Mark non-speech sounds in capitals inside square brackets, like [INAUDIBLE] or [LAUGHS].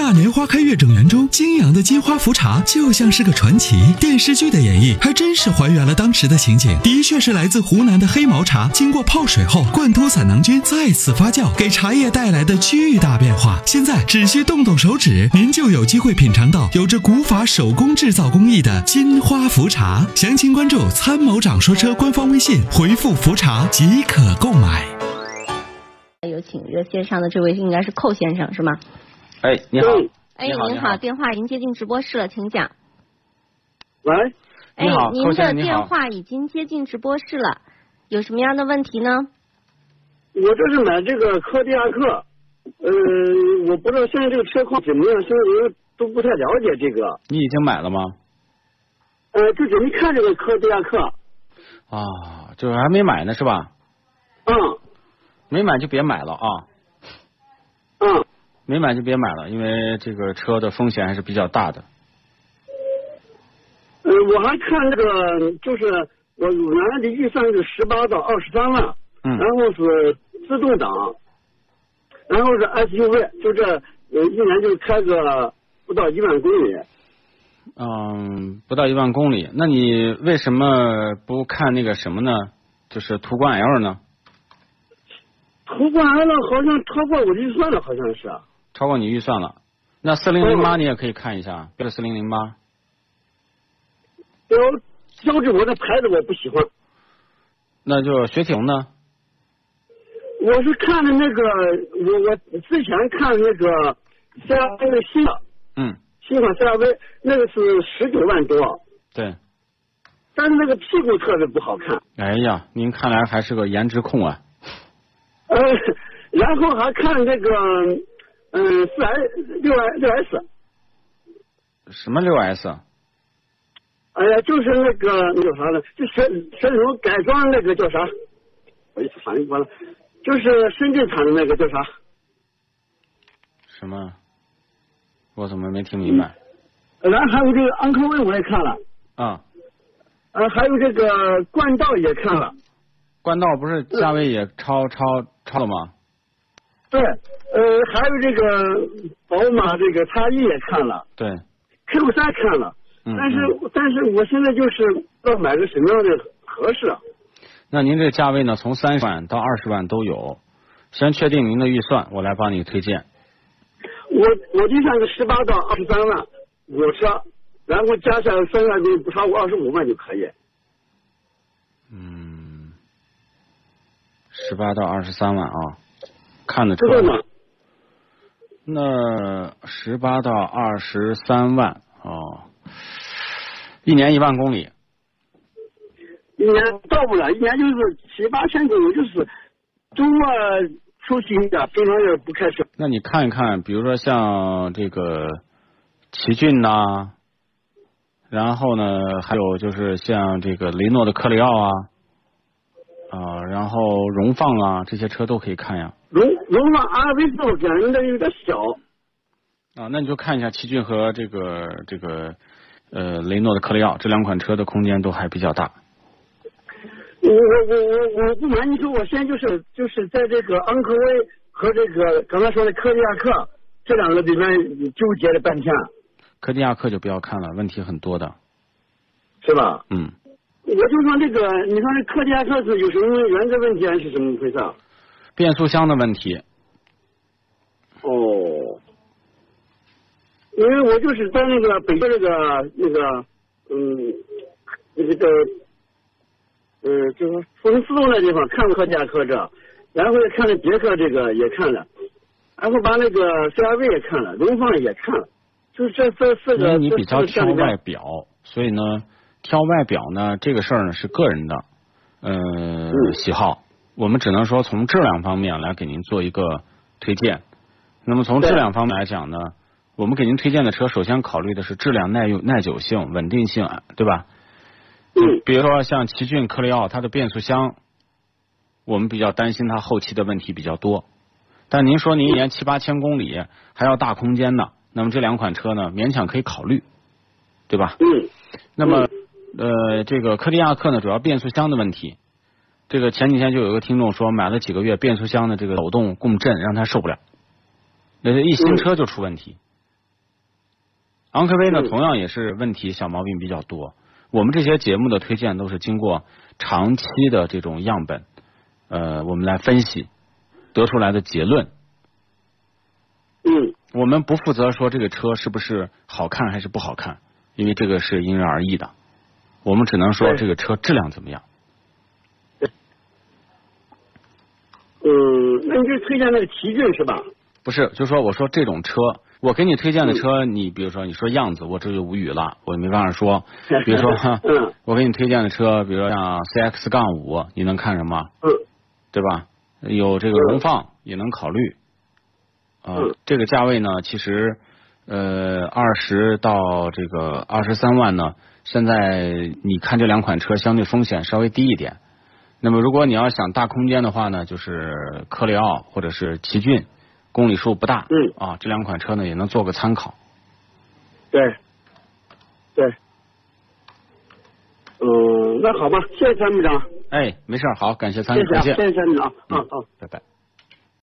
大莲花开月整圆中，泾阳的金花茯茶就像是个传奇。电视剧的演绎还真是还原了当时的情景，的确是来自湖南的黑毛茶，经过泡水后，贯通散囊菌再次发酵，给茶叶带来的巨大变化。现在只需动动手指，您就有机会品尝到有着古法手工制造工艺的金花茯茶。详情关注“参谋长说车”官方微信，回复“茯茶”即可购买。有请热线上的这位应该是寇先生是吗？哎，你好。哎，你好您你好电话已经接进直播室了，请讲。喂，哎你好，您寇先的生你电好话已经接进直播室了，有什么样的问题呢？我这是买这个柯迪亚克，呃，我不知道现在这个车况怎么样，现在人都不太了解这个，你已经买了吗？呃，就准备看这个柯迪亚克，啊，就是还没买呢是吧？嗯没买就别买了啊，嗯，没买就别买了，因为这个车的风险还是比较大的。呃，我还看那个就是我原来的预算是十八到二十三万，嗯然后是自动挡，然后是 SUV，就这呃一年就开个不到一万公里，嗯，不到一万公里，那你为什么不看那个什么呢？就是途观 L 呢？途观 L 好像超过我的预算了，好像是，啊超过你预算了。那四零零八嗯你也可以看一下，标致四零零八。然后标志我的牌子我不喜欢。那就雪铁龙呢？我是看的那个，我我之前看那个 CRV 的新的嗯，新款 CRV，那个是十九万多，对。但是那个屁股特别不好看。哎呀，您看来还是个颜值控啊。呃，然后还看那个，嗯、四 S 六 S 六 S，什么六 S？啊哎呀，就是那个那叫啥呢？就雪雪铁龙改装那个叫啥？我一时反应过来，就是深圳产的那个叫啥？什么？我怎么没听明白？然后还有这个昂科威我也看了，啊，呃，还有这个冠道也看了。冠道不是价位也超超超了吗？对，呃，还有这个宝马这个叉一也看了对， ，Q 三看了，嗯。但是、嗯但是我现在就是要买个什么样的合适啊？那您这价位呢，从三十万到二十万都有。先确定您的预算，我来帮你推荐。我我就算是十八到二十三万我车，然后加上三万就不超过二十五万就可以。嗯，十八到二十三万啊，看得出知道来吗。？那十八到二十三万哦，一年一万公里，一年到不了，一年就是七八千左右，就是周末出去一点，平常也不开车。那你看一看，比如说像这个奇骏呐、然后呢，还有就是像这个雷诺的科雷傲啊，啊、然后荣放啊，这些车都可以看呀。荣荣放 RV 四我感觉那有点小，啊，那你就看一下奇骏和这个这个呃雷诺的科雷傲这两款车的空间都还比较大。我我我我不瞒你说，我现在就是就是在这个昂科威和这个刚才说的科迪亚克这两个里面纠结了半天，科迪亚克就不要看了，问题很多的。是吧？嗯，我就说这个，你说这科迪亚克是有什么原则问题还是怎么回事？啊？变速箱的问题，哦，因为我就是在那个北京那个那个嗯那个叫呃就是复兴四路那地方看了科迪亚克这，然后也看了别克这个也看了，然后把那个 CRV 也看了，荣放也看了，就是这这四因个为你这比四较个挑车里边外表，所以呢，挑外表呢这个事儿呢是个人的，呃，嗯喜好。我们只能说从质量方面来给您做一个推荐。那么从质对量方面来讲呢，我们给您推荐的车，首先考虑的是质量、耐用、耐久性、稳定性，对吧？嗯比如说像奇骏、科雷傲，它的变速箱，我们比较担心它后期的问题比较多。但您说您一年七八千公里，还要大空间呢，那么这两款车呢，勉强可以考虑，对吧？嗯那么，呃，这个科迪亚克呢，主要变速箱的问题。这个前几天就有一个听众说，买了几个月嗯变速箱的这个抖动共振，让他受不了，那这一新车就出问题。昂科威呢，嗯同样也是问题小毛病比较多。我们这些节目的推荐都是经过长期的这种样本，呃，我们来分析得出来的结论。嗯我们不负责说这个车是不是好看还是不好看，因为这个是因人而异的。我们只能说对这个车质量怎么样。嗯，那你就推荐那个奇骏是吧？不是，就说我说这种车，我给你推荐的车，你比如说你说样子，我这就无语了，我没办法说。比如说哈 [LAUGHS] 嗯我给你推荐的车，比如说像 CX 杠五，你能看什么？嗯对吧？有这个嗯荣放也能考虑。啊、嗯这个价位呢，其实呃二十到这个二十三万呢，现在你看这两款车相对风险稍微低一点。那么如果你要想大空间的话呢，就是科雷傲或者是奇骏，公里数不大，嗯啊，这两款车呢也能做个参考。对，对，嗯，那好吧，谢谢参谋长，哎，没事儿，好，感谢参谢与，谢再啊，谢见，谢参谋长，啊嗯啊。拜拜。